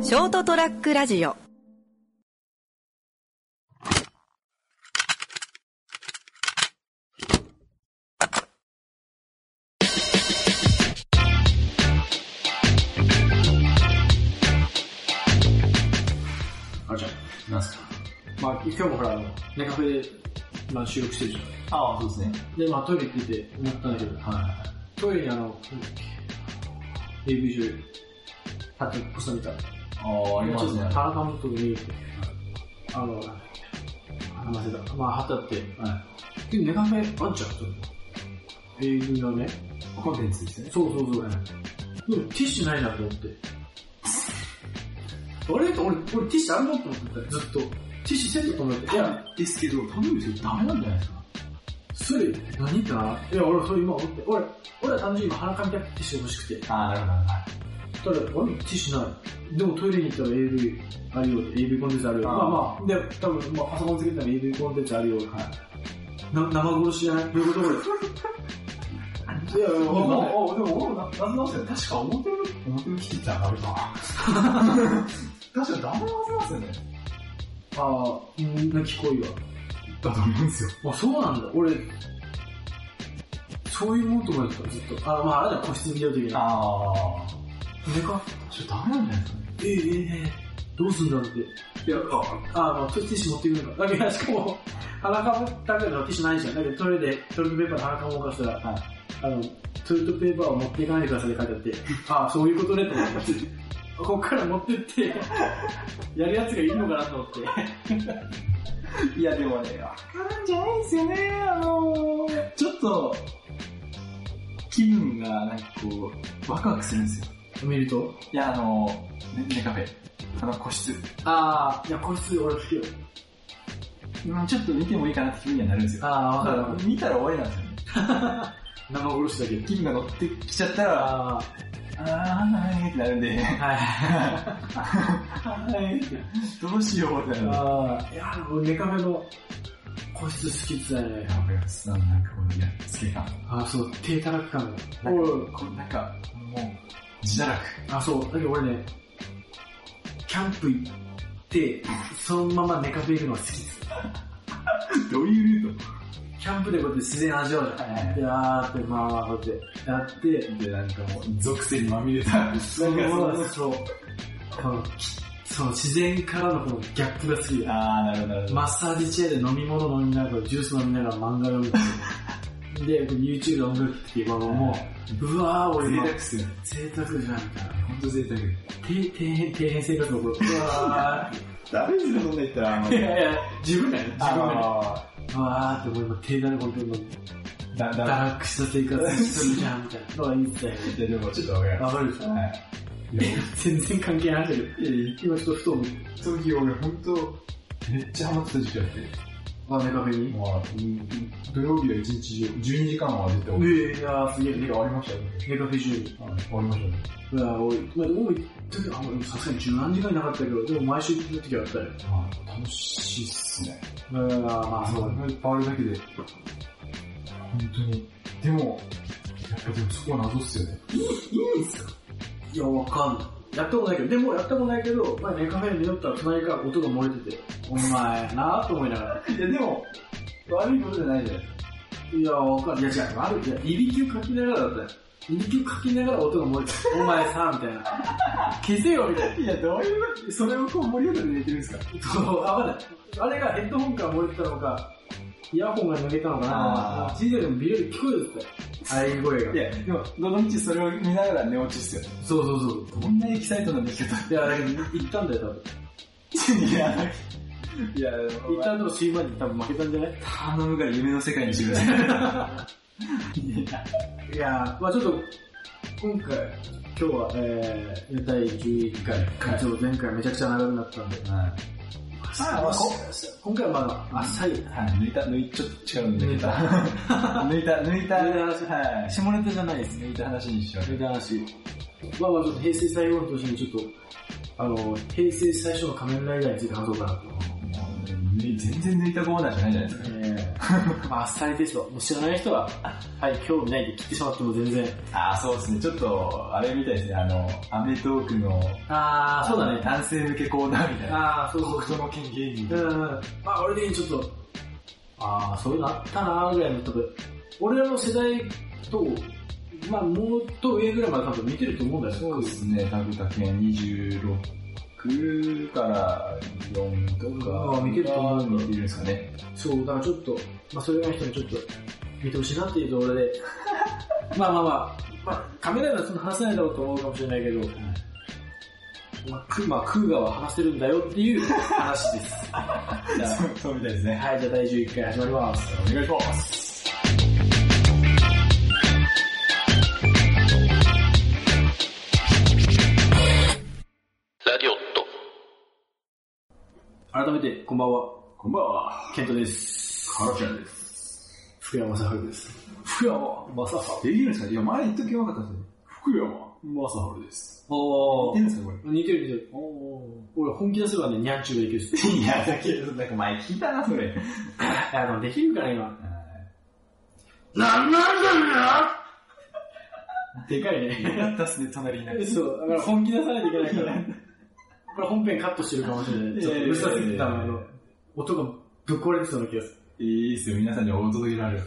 ショートトラックラジオあれじゃん。なんすかまあ、今日もほら、あのネカフェで、まあ、収録してるじゃない。ああ、そうですね。で、まあ、トイレ行ってて思ったんだけど、はトイレにあの、なんだっけ、AV 女優、立てっこさみたいな。い。ああ、ありまちょっすとね。田中の時に、あの、話せた。まあ、旗って、はで、ネカフェあんちゃんと。AV のね。い。コンテンツですね。そうそうそう。でも、ティッシュないなと思って。あれと俺、俺ティッシュあるなと思ってたずっと。ティッシュセットと思って。いや、ですけど、多分ですよ、ダメなんじゃないですかそれ、何言ったないや、俺、それ今思って。俺、俺は単純に今、鼻かみたくてティッシュ欲しくて。ああ、なるほど。はい。ただ、俺もティッシュない。でもトイレに行ったら AV あるよ。AV コンテンツあるよ。あーまあまあ、で、多分、まあ、パソコンつけてたら AV コンテンツあるよ。はい。な生殺しじゃないどういうことこれ。いや、いやでわかんない。も、でも、ななぜなんすよ。確か表の、表の切っちゃダメ か。確かダメなはずなんですよね。 ああ、んな聞こえは。だと思うんですよ。あ、そうなんだ。俺、そういうもんとかですから、ずっと。あ、まあ、あれだ、個室に来た時に。ああ。でか確かダメなんじゃないですかね。ええええええどうすんだろうって。いや、ああの、ティッシュ持ってくるの。だけど、しかも、 鼻かむだけどティッシュないじゃん。だけど、トイレで、トイレットペーパーで鼻かもかしたら、はいあの、トイレットペーパーを持っていかないでくださいって書いてあって、ああ、そういうことねと思って、こっから持ってって、 やるやつがいるのかなと思って。いや、でもね、わからんじゃないですよね。あのー、ちょっと、気分が、なんかこう、ワクワクするんですよ。見ると、いや、あの、ね、ネカフェ、あの個室、ああ、いや、個室俺好きよ。うんちょっと見てもいいかなって気分にはなるんですよ。あだから見たら終わりなんですよね。 生殺しだけど。気分が乗ってきちゃったら、ああーはいってなるんで、 あ、はい。はいどうしようってなるんで。ああ、いや、俺ネカフェの個室好きって言ってたよね。なんかやっぱさ、なんかこう、いや、つけ感。ああ、そう、低たらく感が。なんかおいこうなんか、もう、自堕落。 あ、そう。だけど俺ね、キャンプ行って、そのままネカフェ行くのが好きです。どういうルートキャンプでこうやって自然味わうじゃん。はいで、あーって、まあまあ、こうやって、やって、で、なんかもう、属性にまみれた。なんかその そう、この、その自然からのこのギャップが好きだ。あー、なるほど、なるほど。マッサージチェアで飲み物飲みながら、ジュース飲みながら漫画読む。 で、YouTube で音楽聴いて、今もう、うわー、俺贅今沢、っすよね。贅沢じゃん、みたいな。ほんと贅沢。 底辺、底辺生活の頃。うわダメですよ、そんな言ったら。あのー。 いやいや、自分だよ、自あ分だよ。のわーって、俺今、低だね、本当に。ー、だ、堕だ、落した生活してるじゃん、みたいなのがいいみたいな。いや、でもちょっとわかりま。わかるですしょはい。いや全然関係ないけど。今ちょっとふと思う。その時俺本当めっちゃハマってた時期あって、あ、ネカフェに。まあ、うん土曜日は一日中、12時間は絶対終わええ、いやーすげえ、りネてカ終わりましたね。ネカフェ中に。はい終わりましたね。いや、俺、まあ、でも多い時は、あ、俺さすがに十何時間いなかったけど、でも毎週行ってた時はあったよ。まあ、楽しいっすね。うん、まあ、あ、そそうう、だね。いっぱいあるだけで、本当に。でも、やっぱでもそこは謎っすよね。いいんすかいや、わかんない。やったことないけど、でもやったことないけど、前ネカフェに寄ったら隣から音が漏れてて、お前なぁと思いながら。いや、でも、悪いことじゃないじゃないいや、わかんない。いや、違う、悪い。いや、いびきをかきながらだったよ。いびきをかきながら音が漏れてて、お前さ、みたいな。消せよ、みたいな。いや、どういう、それをこう盛り上がって寝てるんですかそう、あ、まだ、あれがヘッドホンから漏れてたのか、イヤホンが抜けたのかなあ、ー小さいでもビリビリ聞こえるってたよ。ああいう声が。いや、でも、どの道それを見ながら寝落ちっすよね。そうそうそう。どんなエキサイトな出来方いや、だけど行ったんだよ、多分。いや、いや、行ったんでも終盤に多分負けたんじゃない頼むから夢の世界にしてください。いやー、まあちょっと、今回、今日は、えー、第11は回、いちょっと前回めちゃくちゃ長くなったんで、あまあこ今回はまだ、あっさり。はい、抜いた、抜い、ちょっと違うんだけ抜い どた。抜いた、抜いた、抜いたはい。下ネタじゃないですね。抜いた話にしよう。みたいな話。まあまあちょっと平成最後の年にちょっと、あの、平成最初の仮面ライダーについて話そうかなと。全然抜いたコーナーじゃないじゃないですか。えまあ、あっさりですわ。もう知らない人は、はい、興味ないで切ってしまっても全然。ああ、そうですね。ちょっと、あれみたいですね。あの、アメトークの、あー、そうだね。男性向けコーナーみたいな。あー、そうそう北斗の県芸人うんうん。まあ、俺でちょっと、ああ、そういうのあったなーぐらいの多分、俺らの世代と、まあ、もっと上ぐらいまで多分見てると思うんだよね。そうですね、タグタケン26から4とか、あ見てると思う見てるんですかね。そう、だからちょっと、まあ、そういう人にちょっと、見てほしいなっていうとこ ろで、まあまあまあ、まあ、カメラではそんな話せないだろうと思うかもしれないけど、まあ、クまあ、クーガは話せるんだよっていう 話です。じゃそうそうみたいですねあ。はい、じゃあ第11回始まります。お願いします。ラディオット。改めて、こんばんは、こんばんは。ケントです。カラちゃんです。福山雅治です。福山雅治できるんですかいや、前言っときゃよかったですね。福山雅治です。お似てるんですか、これ。似てる似てる。俺本気出せばね、ニャンチューができるっすいや、だけど、なんか前聞いたな、それ。あの、できるから今。なんなんだよでかいね。やったっすね、隣になって。そう、だから本気出さないといけないから。これ本編カットしてるかもしれない。ちょっとうるさすぎてたの、あの、音がぶっ壊れてそうな気がする。いいっすよ、皆さんにお届けられる。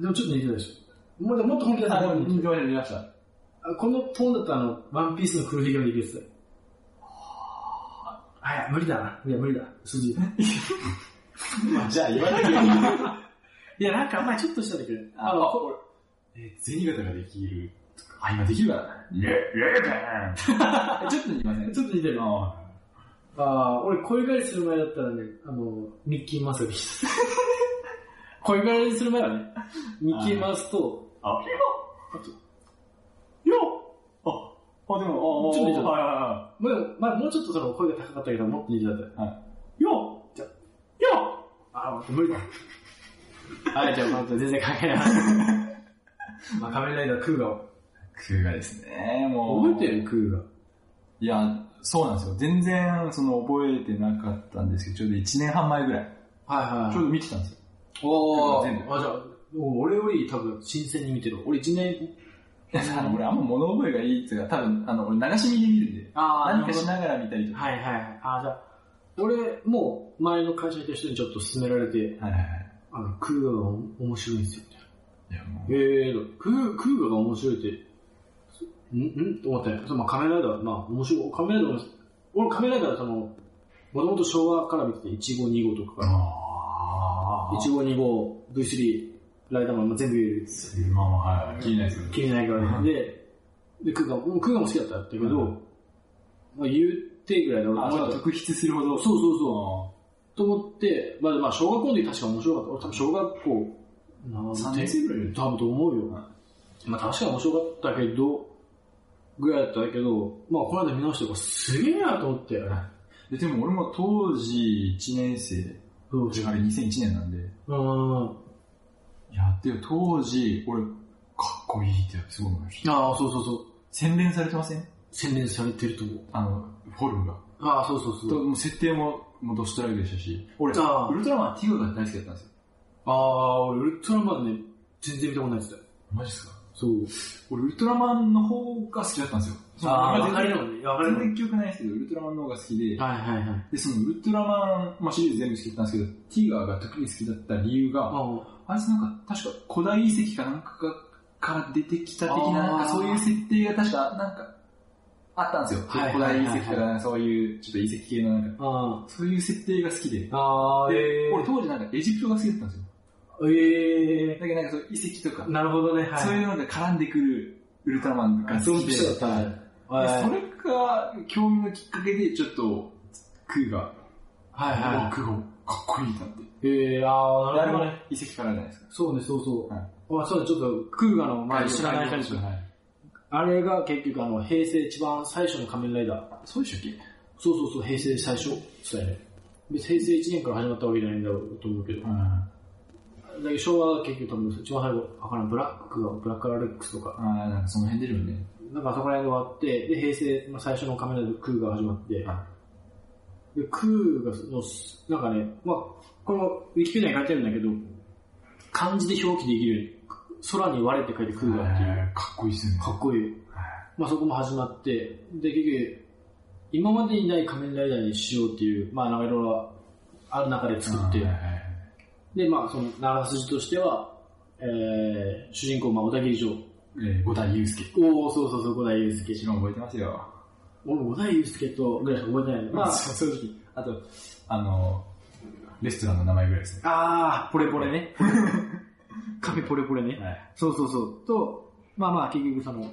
でもちょっと似てるでしょ。もうもっと本気出さないといけない。気まで見ました。あこのトーンだとあの、ワンピースの黒ひげもできるっす。あ、いや、無理だな。いや、無理だ。筋。いじゃあ、言わなきゃいい。や、なんか、前ちょっとしたんだけど。あ、あの、こえ、 銭形ができる。あ、今できるかなレ、レーンちょっと似てません。ちょっと似てる。ああー俺、声変わりする前だったらね、あの、ミッキーマウ スがいいっす。声変わりする前はね、ミッキーマウスと、あ、あ、よあ、あ、でも、あ、ちょっと似てるはいはいはい。まあ、でもまあ、もうちょっとその声が高かったけど、もっと似てたんだよ。よじゃよあー、無理だ。 はい、じゃあ、また全然関係ない。 まあ、仮面ライダークーガを。クーガですね、もう。覚えてるクーガ。いや、そうなんですよ。全然、その、覚えてなかったんですけど、ちょうど1年半前ぐらい。はいはちょうど見てたんですよ。おクーガー、あ、じゃあ、お俺より多分新鮮に見てる。俺一年、い や、あの俺あんま物覚えがいいっていうか、多分、あの、俺流し見で見るんで、あ何かしながら見たりとか。はいはいはい。あー、じゃあ、俺、もう、前の会社にいた人にちょっと勧められて、はいはいはい。あの、クーガが面白いんですよ。いや、もう。ええクー、クーガが面白いって、んんと思ったよ。そうまあ、仮面ライダー、まあ、面白い。仮面ライダーも、俺仮面ライダーはその、もともと昭和から見てて、1号、2号とかから、あ1号、2号、V3、ライダーマン、まあ、全部言える。まあまあ、はい。気にないですけど。気にないからね。で、で、クーガ、もうクーガも好きだったんだけど、うんまあ、言ってぐらいで俺あ、思そっう、た。特筆するほど。そうそうそう。そと思って、まあ、まあ、小学校の時確か面白かった。俺多分小学校、なんて3年生ぐらいいる多分と思うよ。まあ確かに面白かったけど、ぐらいだったけど、まあこの間見直して、これすげえなと思って。ででも俺も当時1年生、そうあれ2001年なんで、うん。あいや、でも当時、俺、かっこいいってすごい思いました。あ、そうそうそう。洗練されてません洗練されてると思う。あの、フォルムが。ああ、そうそうそとう。もう設定も、もうドストライクでしたし、俺、あウルトラマンティガが大好きだったんですよ。ああ、俺ウルトラマンね、全然見たことないですよ。マジですかそう。俺、ウルトラマンの方が好きだったんですよ。そのわ全か然るよね。わかる全よね。然記憶ないですけど、ウルトラマンの方が好きで、はいはいはい。で、そのウルトラマン、まあ、シリーズ全部好きだったんですけど、ティガーが特に好きだった理由が、ああいつなんか、確か古代遺跡かなんかがから出てきた的な、あーなんかそういう設定が確か、なんか、あったんですよ。はいはいはいはい古代遺跡とか、なんかそういう、ちょっと遺跡系のなんか、あ。そういう設定が好きで。ああ、で、俺俺当時なんかエジプトが好きだったんですよ。ええだけどなんかそういう遺跡とか、なるほどね、はい。そういうのが絡んでくるウルトラマンがあそう好きでで、したねはいではいそれが興味のきっかけで、ちょっと、クーが、はいあはクーがかっこいいなって。い。ええああ、なるほどね。遺跡からじゃないですか。そうね、そうそう。はいあそうだ、ちょっと、クーガの、まあ、知らない感じは。い。あれが結局、あの、平成一番最初の仮面ライダー。そうでしたっけそうそうそう、平成最初。そうやね。別に平成1年から始まったわけじゃないんだろうと思うけど。だあけど昭和が結局多分一番最後、わからん、ブラックが、ブラックアレックスとあか。ー、なんかその辺出るよね。なんかそこら辺で終わって、で、平成、まあ、最初の仮面ライダー、クーガが始まって。はで、クーガの、なんかね、まあ、このウィキペディアに書いてあるんだけど、漢字で表記できるように、空に割れて書いて空河っていう。かっこいいっすね。かっこいい。まあそこも始まって、で、結局、今までにない仮面ライダーにしようっていう、まあなんかいろいろある中で作ってはい、はいで、まあその、長筋としては、えー、主人公、まあ小田切城。えー、小田祐介。おおそうそうそう、小田祐介。一郎覚えてますよ。俺も小田祐介とぐらいしか覚えてないの。まあ、そう正直。あと、あの、レストランの名前ぐらいですね。あー、ポレポレね。 カフェポレポレね。はい。そうそうそう。と、まあまあ結局その、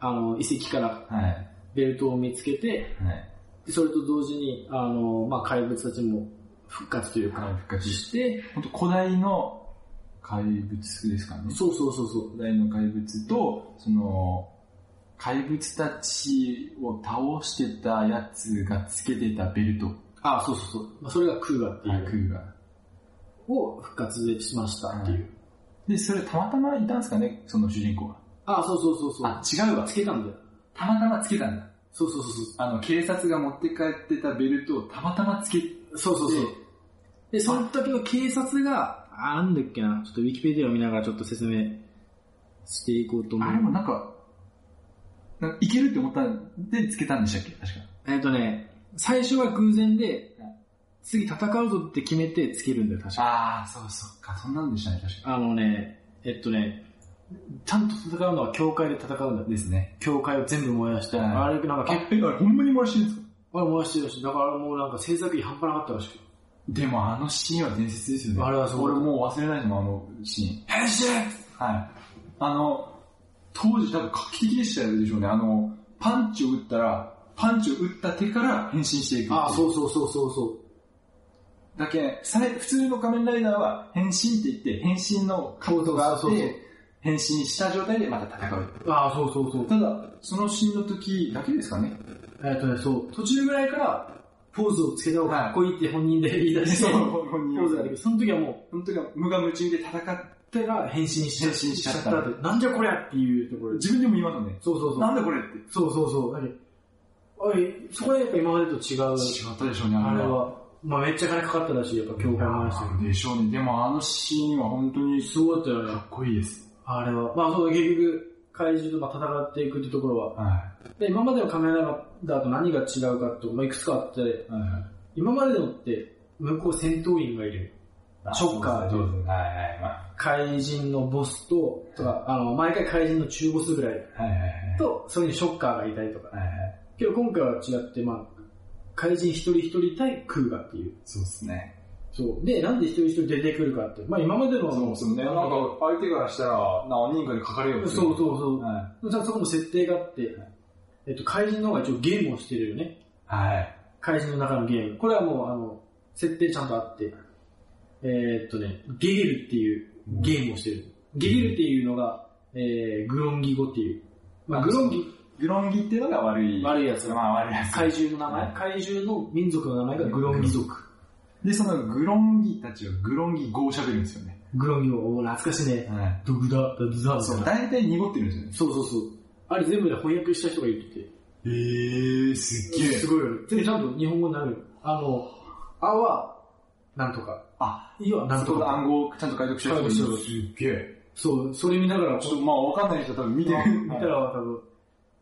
あの、遺跡からはい。ベルトを見つけて、はい。でそれと同時に、あの、まあ、怪物たちも復活というか、はい復活しして、本当古代の怪物ですかね。そうそうそうそう。古代の怪物と、その、怪物たちを倒してたやつがつけてたベルト。あそうそうそう。まあ、それがクーガっていはい、う、クーが。を復活しましたっていう。はで、それたまたまいたんですかね、その主人公が。あそうそうそうそう。あ、違うわつ。けたんだよ。たまたまつけたんだ。そうそうそうあの、警察が持って帰ってたベルトをたまたまつけて、そう。そうそうそう。で、その時の警察が、あ、なんだっけな、ちょっとウィキペディアを見ながらちょっと説明していこうと思あれもう。なんか、なんかいけるって思ったんでつけたんでしたっけ確か。えっとね、最初は偶然ではい、次戦うぞって決めてつけるんだよ、確か。ああ、そうそうか、そんなんでしたね、確か。あのね、えっとね、ちゃんと戦うのは教会で戦うんだ。ですね。教会を全部燃やして、はいあれなんかあ結、え、あれほんまに漏らしてるんですか構燃やしてるし、だからもうなんか制作費半端なかったらしく。でもあのシーンは伝説ですよね。あれはすごい俺もう忘れないのもあのシーン。変身はい。あの、当時多分画期的でしたでしょうね。あの、パンチを打ったら、パンチを打った手から変身していくってい。あ、そううそうそうそうそう。だけんさい普通の仮面ライダーは変身って言って、変身のそうそうがあっそうそうて、変身した状態でまた戦う。ああ、そうそうそう。ただ、そのシーンの時だけですかね。えっとね、そう。途中ぐらいから、ポーズをつけた方がかっこいいって本人で言い出 して、ポ本ーズができる。その時はも本当に無我夢中で戦っう、手が変身しちゃ変身しちゃったって、なんじゃこりゃっていうところで。自分でも言いますもんね。そうそうそう。なんだこれって。そうそうそう。だけどおい、そこはやっぱ今までと違う。違ったでしょうね、あれ。は、まあめっちゃ金かかったらしい、やっぱ教会もしたけでしょうね。でもあのシーンは本当にど。すごかったよねか。っこいいです。あれは。まあそう、結局、怪獣とまあ戦っていくってところは。はで、今までの仮面ライダーと何が違うかって、まあいくつかあって、い。はいはい今までのって、向こう戦闘員がいる。ショッカーそうですね。はいはい。ま怪人のボスと、とか、あの、毎回怪人の中ボスぐらいあ、はいはいはい。と、それにショッカーがいたりとか。はいはい。けど今回は違って、まあ怪人一人一人対空ガっていう。そうですね。そう。で、なんで一人一人出てくるかって。まあ今までのはも相手からしたら何人かにかかるそうそうそう。はじゃあそこも設定があって、えっと、怪人の方が一応ゲームをしてるよね。い。はい。怪人の中のゲーム。これはもう、あの、設定ちゃんとあって、えーっとね、ゲゲルっていうゲームをしてる。ゲゲルっていうのが、えー、グロンギ語っていう。まあ、あグロンギ、グロンギっていうのが悪い。悪いやつまあ悪いやつ。怪獣の名前、怪獣の民族の名前がグロンギ族。で、そのグロンギたちはグロンギ語を喋るんですよね。グロンギ語、おー懐かしいね。はドグダ、ダズダい。みたそ、いうな大体濁ってるんですよね。そうそうそう。あれ全部で翻訳した人が言ってて。えー、すっすごいよね。全部ちゃんと日本語になるよ。あの、あは、なんとか。あ、いは、なんそとこのか。暗号をちゃんと解読して解る読すっげえ。そう、それ見ながら、ちょっとまあわかんない人は多分見てる。見たらは多分、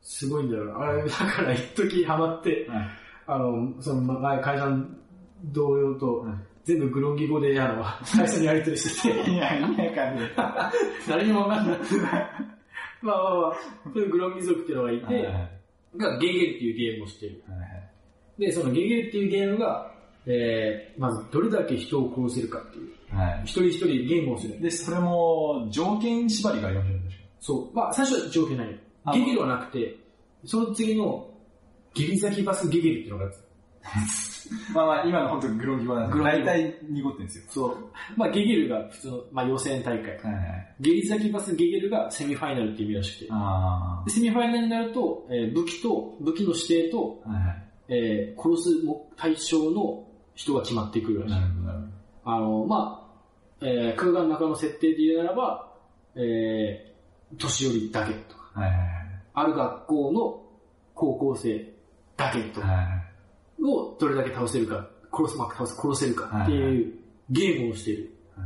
すごいんだよな。あれ、だから一時ハマって、はいあの、その前、会社の同僚とはい、全部グロンギ語で、あの、最初にやりとりしてて、いや、いやかね。 誰にもわかんない。まあまあまあ、そういうグロンギ族っていうのがいはいはいて、がゲゲルっていうゲームをしてる。はいで、そのゲゲルっていうゲームが、えー、まずどれだけ人を殺せるかっていう。は一人一人ゲームをするい。。で、それも、条件縛りがありましたよね、そう。まあ、最初は条件ないよあ。ゲゲルはなくて、その次の、ゲリザキバスゲゲルっていうのがあるんです確か。まあまあ、今の本当グロギ語なんですけど、グロギ大語体濁ってるんですよ。そう。まあ、ゲゲルが普通の、まあ、予選大は会。いはい。ゲリザキバスゲゲルがセミファイナルっていう意味らしくて。あでセミファイナルになると、えー武器と、武器の指定と、あ。はいはい。えー殺すも対象の人が決まってくるらしい。なるほど、なるあの、まあ、えー空間の中の設定で言うならば、えー年寄りだけとか、ほど。はいはいある学校の高校生だけとはい。か、はいをどれだけ倒せるか、殺す、まあ、倒す、殺せるかっていうゲームをしている。は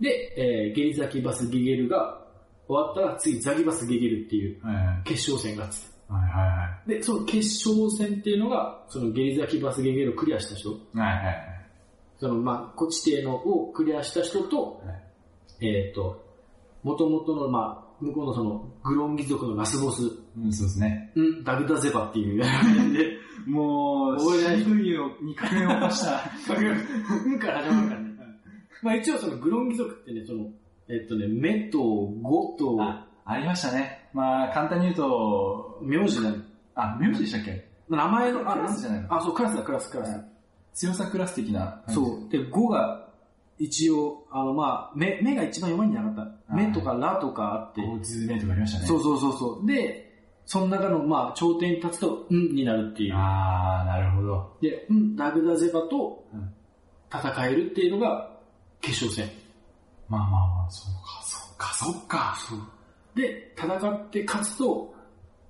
い。で、えーゲリザキバスゲゲルが終わったら次ザギバスゲゲルっていうはいはい決勝戦があってはいはで、その決勝戦っていうのが、そのゲリザキバスゲゲルをクリアした人、いはい。はいはいそのまあ、こ地底のをクリアした人と、はえっ、と、元々のまあ、向こうのそのグロンギ族のラスボス、うん、そうですね。うん、ダグダゼバっていうで、もう、覚えてないシーを2回目起こした。うんから始まるからね。まあ一応そのグロンギ族ってね、その、えっ、とね、目と語と あありましたね。まあ、簡単に言うと、名字なの。あ、名字でしたっけ名前の、あ、クラスじゃないのあ、そう、クラスだ、クラス、クラス。強さクラス的な感じ。そう。で、語が一応、あの、まあ、目、目が一番弱いんじゃなかった。はい目とかラとかあって。交通名とかありましたね。そうそうそうそう。で、その中の、まあ、頂点に立つと、うんになるっていう。あー、なるほど。で、うん、ダグダゼバとうん戦えるっていうのが決勝戦。まあまあまあ、そうか、そうか、そうか。で、戦って勝つと、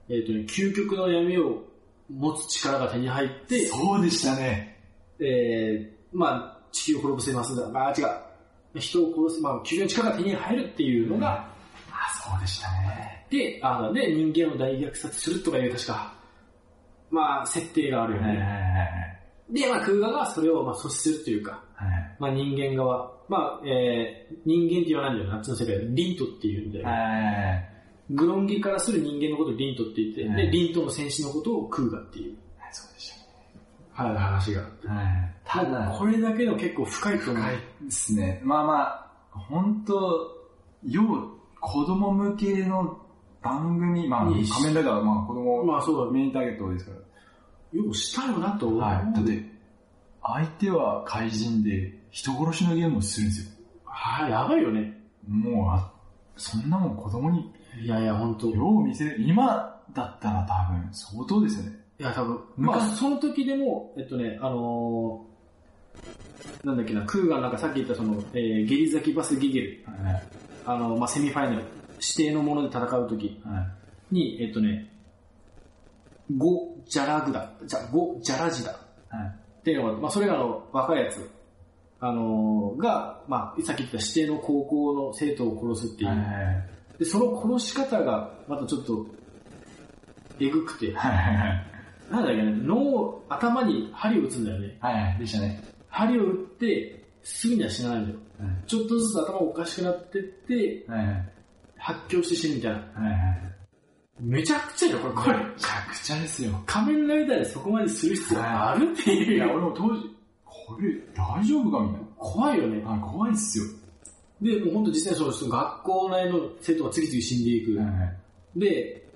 えっ、とね、究極の闇を持つ力が手に入って、そうでしたね。えー、まあ、地球を滅ぼせますだ。あ、違う。人を殺す、まあ、究極の力が手に入るっていうのが、あ、そうでしたね。で、あで、人間を大虐殺するとかいう、確か、まあ、設定があるよはいはいはいね。で、まあ、空ガがそれを、まあ、阻止するというか、はい。まあ、人間側、まあ、えー、人間って言わないんだよな、あっちの世界で、リントっていうんだよ。はい。はい。グロンギからする人間のことをリントって言って、はで、いリントの戦士のことを空ガっていう、そうでしたはい、話があって。ね。はい。ただ、これだけでも結構深いと思う。深いですね。まあまあ、本当要、子供向けの番組、まあ、うん仮面ライダーはまあ子供、まあ、そうだね。メインターゲットですから。ようしたよなと思う。はい。だって、相手は怪人で、人殺しのゲームをするんですよ。はい、やばいよね。もう、あそんなもん子供に、いやいや、本当いよう見せる。今だったら多分、相当ですよね。や、多分。昔まあ、その時でも、えっとね、あのー、なんだっけな、クーガンなんかさっき言ったその、えー、ゲリザキバスギゲル、はい。あのまあ、セミファイナル、指定のもので戦う時はい。に、えっとね、ゴ・ジャラグダ、じゃ、ゴ・ジャラジダはい。っていうのが、まあ、それがあの、若いやつ、あのーが、まあ、さっき言った指定の高校の生徒を殺すっていう。はい。で、その殺し方が、またちょっと、えぐくて、はい。なんだっけね、脳、頭に針を打つんだよね。はい。でしたね。針を打って、すぐには死なないんだよ。ちょっとずつ頭がおかしくなってって、はい。はい。発狂して死ぬみたいな。はい。めちゃくちゃよ、これ、これ。めちゃくちゃですよ。仮面ライダーでそこまでする必要あるっていう。いや、俺も当時、これ大丈夫かみたい怖いよね。な。あ怖いっすよ。で、もうほんと実際にその学校内の生徒が次々死んでいく。で、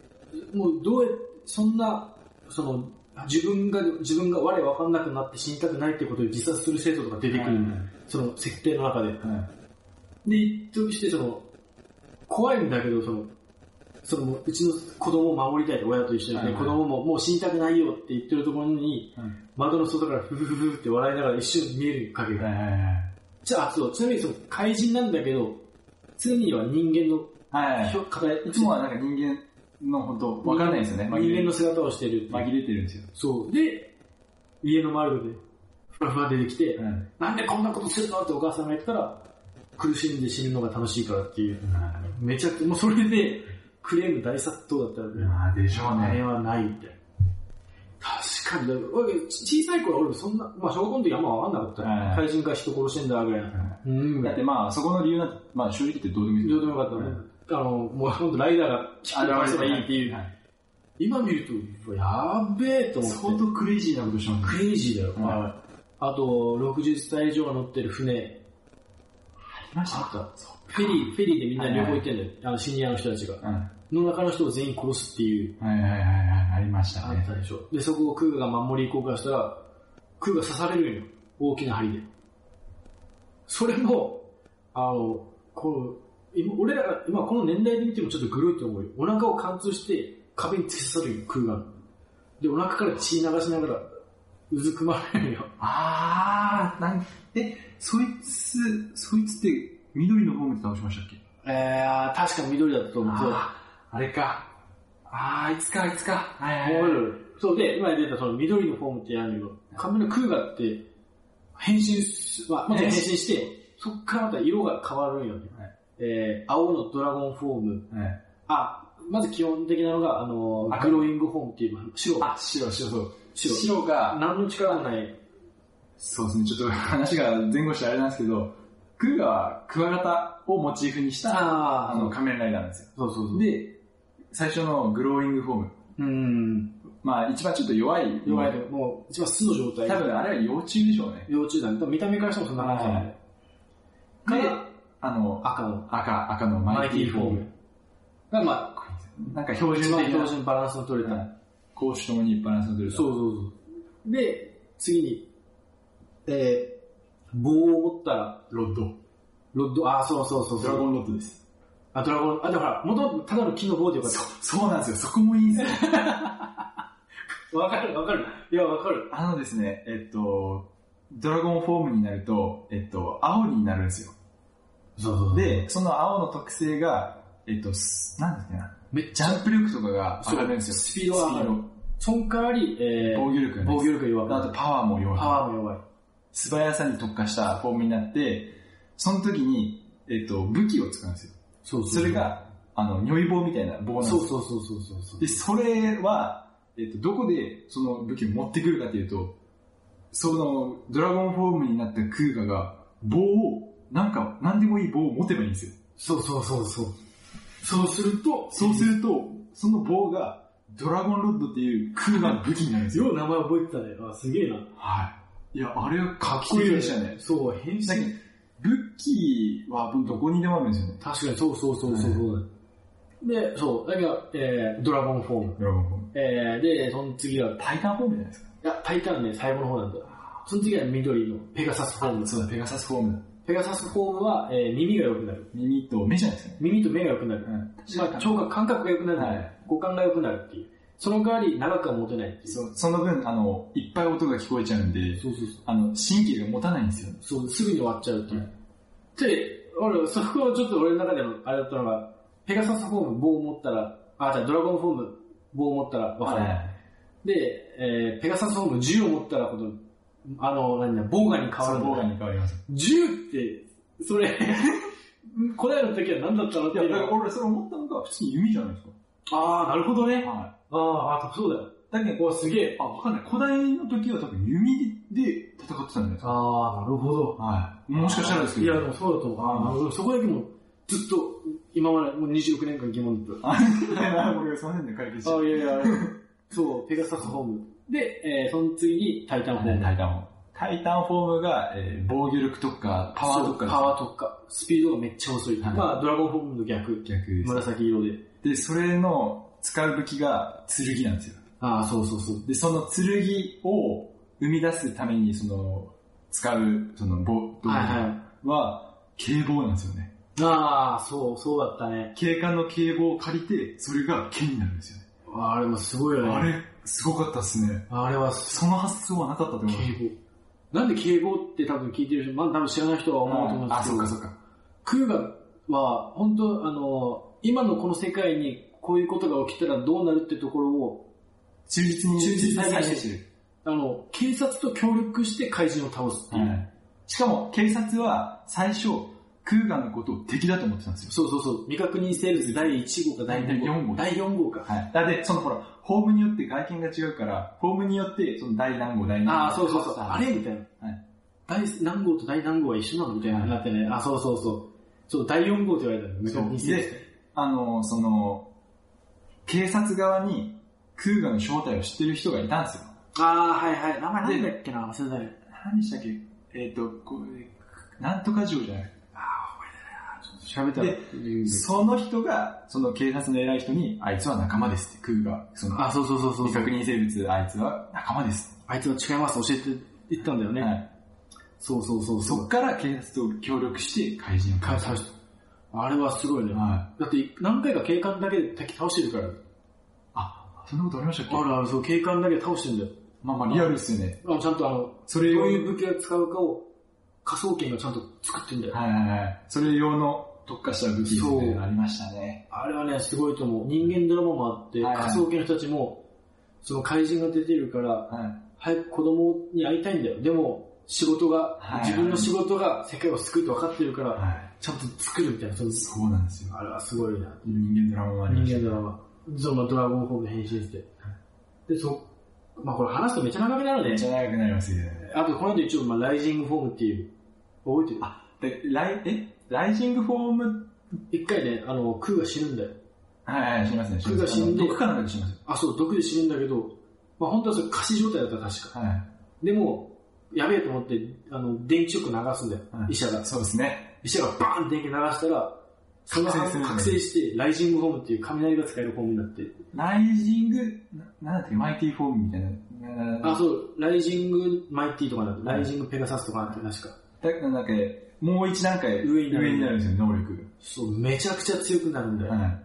もうどうや、そんな、その、自分が、自分が我分かんなくなって死にたくないってことで自殺する生徒とか出てくる。その設定の中で。で、一時して、その、怖いんだけど、その、その、うちの子供を守りたいと、親と一緒に、ねはいはい子供ももう死にたくないよって言ってるところに、はい窓の外からフフフフって笑いながら一瞬見える影が。じゃあ、そう、ちなみにその怪人なんだけど、常には人間のはい。ひょ形、いつもはなんか人間の本当わかんないですよね。人間の姿をしてるっていう紛れてるんですよ。そう。で、家の周りで、ふらふら出てきて、なんでこんなことするのってお母さんが言ったら、苦しんで死ぬのが楽しいからっていう。めちゃくちゃ、もうそれで、クレーム大殺到だったんで、まあでしょうあれね。はないみたいな。確かにだから、俺ち小さい頃俺そんな、まあ小学校の時あんま分かんなかったよ。はい怪人から人殺してんだ、ぐらいな。うん、だってまあそこの理由なんて、まあ正直言ってどうでもいいどうでもよかったね。あの、もうほんとライダーが聞き返せばいいっていう。今見ると、やっべえと思って。相当クレイジーなことしまクレイジーだよ。はいあと、60歳以上が乗ってる船。まあった。フェリー、フェリーでみんな旅行行ってんだよ。あの、シニアの人たちが。の中の人を全員殺すっていう、はいはいはいはい、ありましたあっねた。でしょ。で、そこをクーが守り行こうからしたら、クーが刺されるんよ。大きな針で。それも、あの、こう、今、俺らが、今この年代で見てもちょっとグロいと思うよ。お腹を貫通して、壁に突き刺さるんよ、クーが。で、お腹から血流しながら、うずくまれるんよ。あー、なん、え、そいつ、そいつって緑のホームで倒しましたっけえー、確か緑だったと思う。そうあれか。ああ、いつか、いつか。はいはいは思えい。る。そうで、今出たその緑のフォームってやるのよ。仮面のクーガって、変身す、まあ、もちろん変身して、そっからまた色が変わるんよね。はいえー青のドラゴンフォーム。はい。あ、まず基本的なのが、あのー、赤グローイングホームっていう、白。あ、白、白、そう。白。白が、何の力もない。そうですね、ちょっと話が前後してあれなんですけど、クーガはクワガタをモチーフにした、ああの、仮面ライダーなんですよ。そうそうそう。で、で、最初のグローイングフォーム。うん。まあ、一番ちょっと弱い。弱いの、もう、一番素の状態。多分、あれは幼虫でしょうね。幼虫だね。多分見た目からしてもそんな感じだね。かでら、あの、赤の。赤、赤のマイティフォーム。が、まあ、なんか標一準番的標な。準バランスの取れた。講師ともにバランスの取れた。そうそうそう。で、次に、えー、棒を持ったら、ロッド。ロッド、あー、そうそうそドうそラう。ゴンロッドです。あ、ドラゴン、あ、でもほら、もともとただの木の棒でよかっそうなんですよ、そこもいいんですよ。 た。わかるわかる。いや、わかる。あのですね、えっと、ドラゴンフォームになると、えっと、青になるんですよ。そうそうで、で、その青の特性が、えっと、すなんですかね、めっジちゃ、ャンプ力とかが上がるんですよ。スピードが上がるそん代わり、え防御力がー、ね防御力が弱くあなとる。パワーも弱い。パワーも弱い。素早さに特化したフォームになって、その時に、えっと、武器を使うんですよ。そうそれ、が、あの、如意棒みたいな棒なんですそようそうそうそうそうそう。で、それは、えっと、どこでその武器を持ってくるかというと、その、ドラゴンフォームになったクーガが、棒を、なんか、なんでもいい棒を持てばいいんですよ。そうそうそうそう。そうすると、そうすると、その棒が、ドラゴンロッドっていうクーガの武器になるんですよよ。う名前覚えてたね。あ、すげえな。はい。いや、あれはかっこいいでしたね。そう、変身だけど、武器はどこにでもあるんですよね。確かに、そうそうそうそうそう、で、そう、だけど、えー、ドラゴンフォーム。ドラゴンフォーム。えー、で、その次が、いタイタンフォームじゃないですか。や、タイタンね、最後の方なんだよ。その次が緑のペガサスフォーム。そうだ、ペガサスフォームだ。ペガサスフォームは、えー、耳が良くなる。耳と目じゃないですかね。耳と目が良くなる。まあ、聴覚覚、感覚が良くなる、はい五感が良くなるっていう。その代わり、長くは持てないっていう。そうその分、あの、いっぱい音が聞こえちゃうんで、そうそうあの、神経が持たないんですよ。そう。そう、すぐに終わっちゃうっていう。で、俺、そこはちょっと俺の中での、あれだったのが、ペガサスフォーム、棒を持ったら、あ、じゃあドラゴンフォーム、棒を持ったら、わかる。で、えーペガサスフォーム銃を持ったらこの、あの、何だ、ボウガに変わ変るんわだるに変わります。銃って、それ、 古代の時は何だったのっいてや、いうだからの俺それ思ったのが普通に弓じゃないですああ、なるほどねか。。はあーあ、そうだよ。い。だけど、おすげえ。あ、わかんない。古代の時は多分弓で戦ってたんじゃないですか。ああ、なるほど。はい。もし かしたらですけいど。や、でもそうだと思う。あーなるほど。そこだけもう、ずっと、今までもう26年間疑問だっや、俺その辺で解決た。あいやいや、 そう、ペガサスフォーム。で、えーその次にタイタンフォーム。タイタンフォーム。タイタンフォームが、えー防御力とか、パワーとそか。うパワーとか、スピードがめっちゃ遅い。はいまあ、ドラゴンフォームの逆。逆です紫色で。で、それの使う武器が剣なんですよ。ああ、そうそうそう。で、その剣を生み出すために、その、使う、その、棒、道具はいはは、警棒なんですよね。い。ああ、そう、そうだったね。警官の警棒を借りて、それが剣になるんですよね。あれもすごいよね。あれ、すごかったっすね。あれはす、その発想はなかったと思警います。棒。なんで警棒って多分聞いてる人、まあ多分知らない人は思うと思うんであ、すそけうどか、そうか。クーガは、本当あの、今のこの世界にこういうことが起きたらどうなるってところを、忠実に、忠実に再現してる。あの、警察と協力して怪人を倒すっていう。はい。しかも、警察は、最初、クーガンのことを敵だと思ってたんですよ。そうそうそう、未確認生物第1号か第4号。第第4号か。はい。だって、そのほら、フォームによって外見が違うから、フォームによって、その第何号、第何号。ああ、そうそうそう。あれみたいな。はい第何号と第何号は一緒なのみたいななってね。あ、そうそうそう。そう、第4号って言われたの。そう2000であの、その、警察側にクーガの正体を知ってる人がいたんですよ。ああ、はいはい。名前なんだっけな忘れたね。何でしたっけえっ、と、こうなんとか城じゃない。調べたら。でその人が、その警察の偉い人に、あいつは仲間ですって、クーガ。その、あ、そうそうそうそう未確認生物、あいつは仲間です。あいつは違います。教えて言ったんだよね。はい、そうそうそうそそっう。から警察と協力して怪人をか倒す。倒した。あれはすごいね。はい。だって何回か警官だけで敵倒してるから。あ、そんなことありましたっけあるある、そう、警官だけで倒してるんだよ。まあまあリアルっすよね。あのちゃんとあの、どそうれ用いう武器を使うかを科捜研がちゃんと作ってんだよ。はいはいはい。それ用の特化した武器ですそねうありましたね。あれはね、すごいと思う。人間ドラマもあって、はいはい科捜研の人たちも、その怪人が出てるから、はい。早く子供に会いたいんだよ。でも、仕事が、はい自分の仕事が世界を救うと分かってるから、はい。ちゃんと作るみたいな、そのそうなんですよ。あれはすごいな。人間ドラマもありまし人間ドラマ。そのドラゴンフォームに変身して。で、そ、まあこれ話すとめっちゃ長くなた。るめっね。ちゃ長くなりますよね。あとこの人一応、まあライジングフォームっていう、覚えてるで、ライ、えライジングフォーム、一回ね、あの、クーが死ぬんだよ。はいはい、しますね。しま僕がす死んであの毒かなんかでしますよ。あ、そう、毒で死ぬんだけど、まあ本当はそれ仮死状態だった確か。はい。でも、やべえと思って、あの、電気ショック流すんだよ。はい医者が。そうですね。医者がバーンって電気流したら、その覚醒す反るんだ覚醒して、ライジングホームっていう雷が使えるホームになって、ライジング、ななんだっけ、マイティフォームみたいな。なあ、そう、ライジングマイティとかなって、ライジングペガサスとかなって、確か。だなんだっけ、もう一段階上になるんですよ、能力そう、めちゃくちゃ強くなるんだが。よ。はい。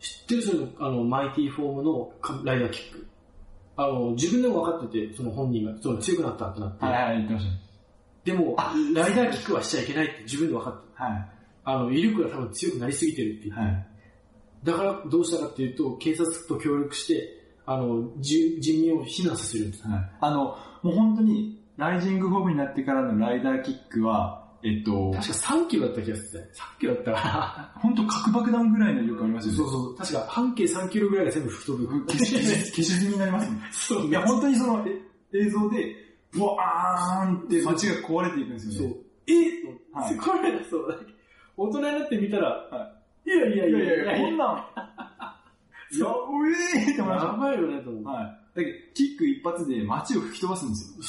知ってるその、あの、マイティフォームのかライダーキック。あの、自分でも分かってて、その本人が、その強くなったってなって、はいはい、言ってましでもあ、ライダーキックはしちゃいけないって自分で分かって、た。はあの、威力が多分強くなりすぎてるって言い。ってはい。だからどうしたかっていうと、警察と協力して、あの、住人民を避難させるんです。はい。あの、もう本当に、ライジングフォームになってからのライダーキックは、えっと、確か3キロだった気がするね。3キロだったか本当核爆弾ぐらいの威力ありまら。すそうよね。そう。確か半径3キロぐらいが全部吹き飛ぶ。消し消し消し済みになりますもん そういや、本当にそのえ映像で、ブワーンって街が壊れていくんですそようね。。えはいこれ、そう。大人になってみたら、、はいやいやいいやいやいややいや、こんなん、いや、うえーって思いまやしばいよねと思う。た。はい。だけど、キック一発で街を吹き飛ばすんですよ。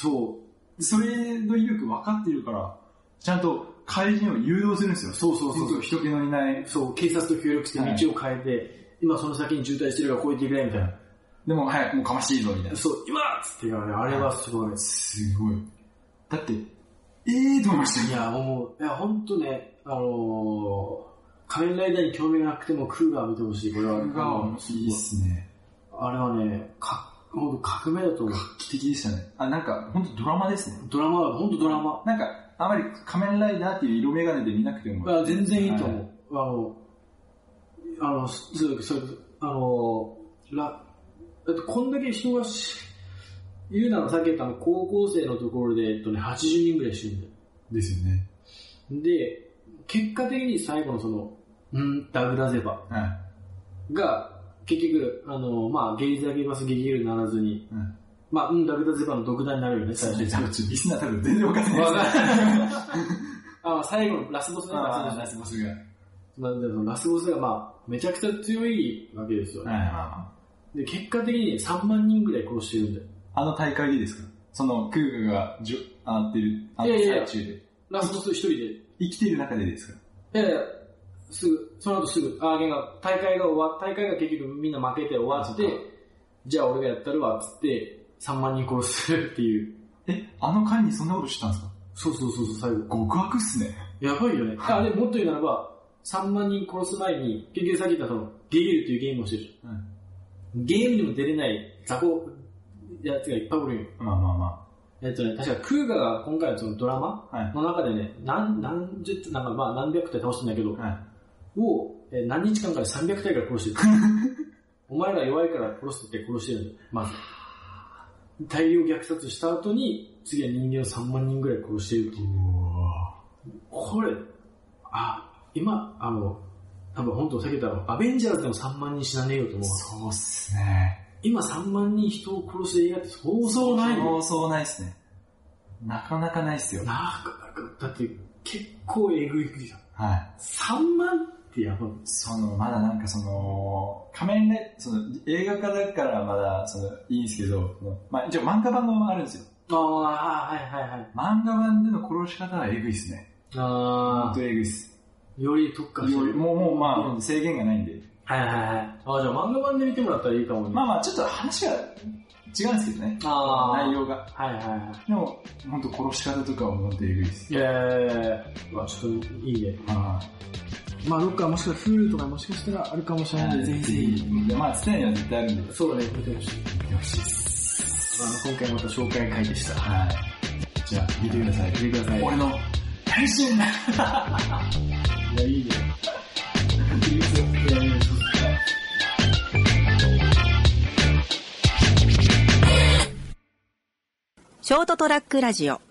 そそれの威力分かっているから、ちゃんと怪人を誘導するんですよ。そうそうそう。。人気のいないうそう、警察と協力して道を変えて、今その先に渋滞してるから越えていくれみたいな。でも早くもうかましていいぞ、みたいな。そう、今っつって言うからね、あれはすごいです。すごい。だって、えーと思いましたいや、もう、いや、ほんとね、あのー、仮面ライダーに興味がなくてもクーガー見てほしい、これは。僕がいいっすね。あれはね、か、ほんと革命だと思う。画期的でしたね。あ、なんか、本当ドラマですね。ドラマは、ほんとドラマ。なんか、あまり仮面ライダーっていう色眼鏡で見なくても。あ全然いいと思う。あの、あの、すそれこそあのー、ら、だってこんだけ人がし、言うならさっき言ったあの高校生のところで、えっとね、80人ぐらい死んだよ。ですよね。で、結果的に最後のその、うん、ダグラゼバ。はい。が、結局、あの、まあ、ゲリザゲバス激流にならずに、うんまあ、うん、ダグダゼバの独断になるよね、最最初初に。多分ちょっとリスナー多分全然わかんないわです。かんないあ最後のラスボスね、あーララススボボス。スが。なんでそのラスボスが、まあ、めちゃくちゃ強いわけですよ。はい。で、結果的に3万人ぐらい殺してるんだよ。あの大会でですかその、クーガがじょ、あってる、あのいやいやいや最中で。ラスボス一人で。生きてる中でですかで、すぐ、その後すぐ、あーゲンが、大会が終わ大会が結局みんな負けて終わってあそっ、じゃあ俺がやったるわ、つって、3万人殺するっていう。え、あの会にそんなことしたんですかそうそうそうそう、最後。極悪っすね。やばいよね。 あ、でもっと言うならば、3万人殺す前に、結局さっき言ったその、ゲリルというゲームをしてるじゃんはいゲームにも出れない雑魚やつがいっぱいおるんよ。まあまあまえっとね、確かクーガが今回のそのドラマあ。はい。の中でね、何、何十、なんかまあ何百体倒してんだけど、はい。を、えー何日間かで300体から殺してる。お前ら弱いから殺してって殺してるんだよ、まず。大量虐殺した後に、次は人間を3万人ぐらい殺しているっていう。これ、あ、今、あの、多分本当避けたら、アベンジャーズでも3万人死なねえよと思う。そうっすね。今3万人人を殺す映画ってそうそうないよ。そうそうないっすね。なかなかないっすよ。はい。なかなか、だって結構えぐいじゃん。3万ってやばい。その、まだなんかその、仮面ね、その、映画化だからまだ、その、いいんですけど、そのまあ、一応漫画版もあるんですよ。ああ、はいはいはい。漫画版での殺し方はえぐいっすね。ほんあとえぐいっす。あ、より特化してる。もう、もう、まあ、制限がないんで。はいはいはい。ああ、じゃあ漫画版で見てもらったらいいかもね。まあまあ、ちょっと話は違うんですけどね。あー内容が。はいはいはい。でも、ほんと殺し方とかはほんとえぐいっす。えー、まあちょっといいね。ままあどっかもしかしたら Hulu とかもしかしたらあるかもしあ、れないんで、ぜひぜひ。でまあ、伝えには絶対あるんで。そうね、見てほしい。見てほしいです。まあ、今回また紹介会でした。はい。じゃあ、見てください。見てください。俺の、変身いや、いいね。 いいですよ。いや、いいですよ。ショートトラックラジオ